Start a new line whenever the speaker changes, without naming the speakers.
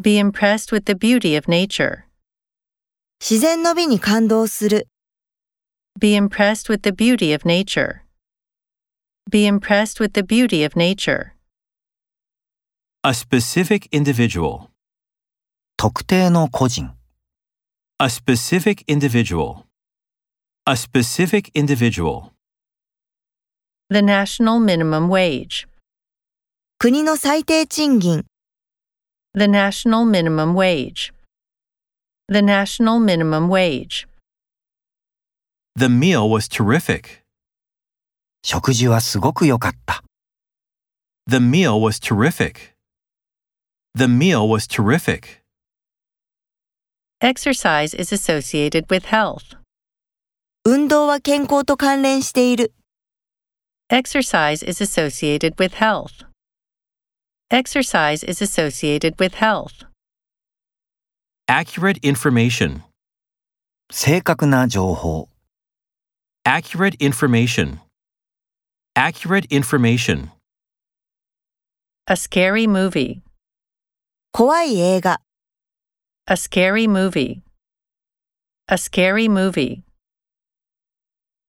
Be impressed with the beauty of nature.
自然の美に感動する。
Be impressed with the beauty of nature. Be impressed with the beauty of nature.
A specific individual.
特定の個人、
A specific individual. A specific individual.
The national minimum wage.
国の最低賃金、
The national minimum wage. The national minimum wage.
The meal was terrific.
食事はすごく良かった。
The meal was terrific. The meal was terrific.
Exercise is associated with health.
運動は健康と関連している。
Exercise is associated with health. Exercise is associated with health.
Accurate information.
正確な情報、
Accurate information. Accurate information.
A scary movie.
怖い映画、
A scary movie. A scary movie.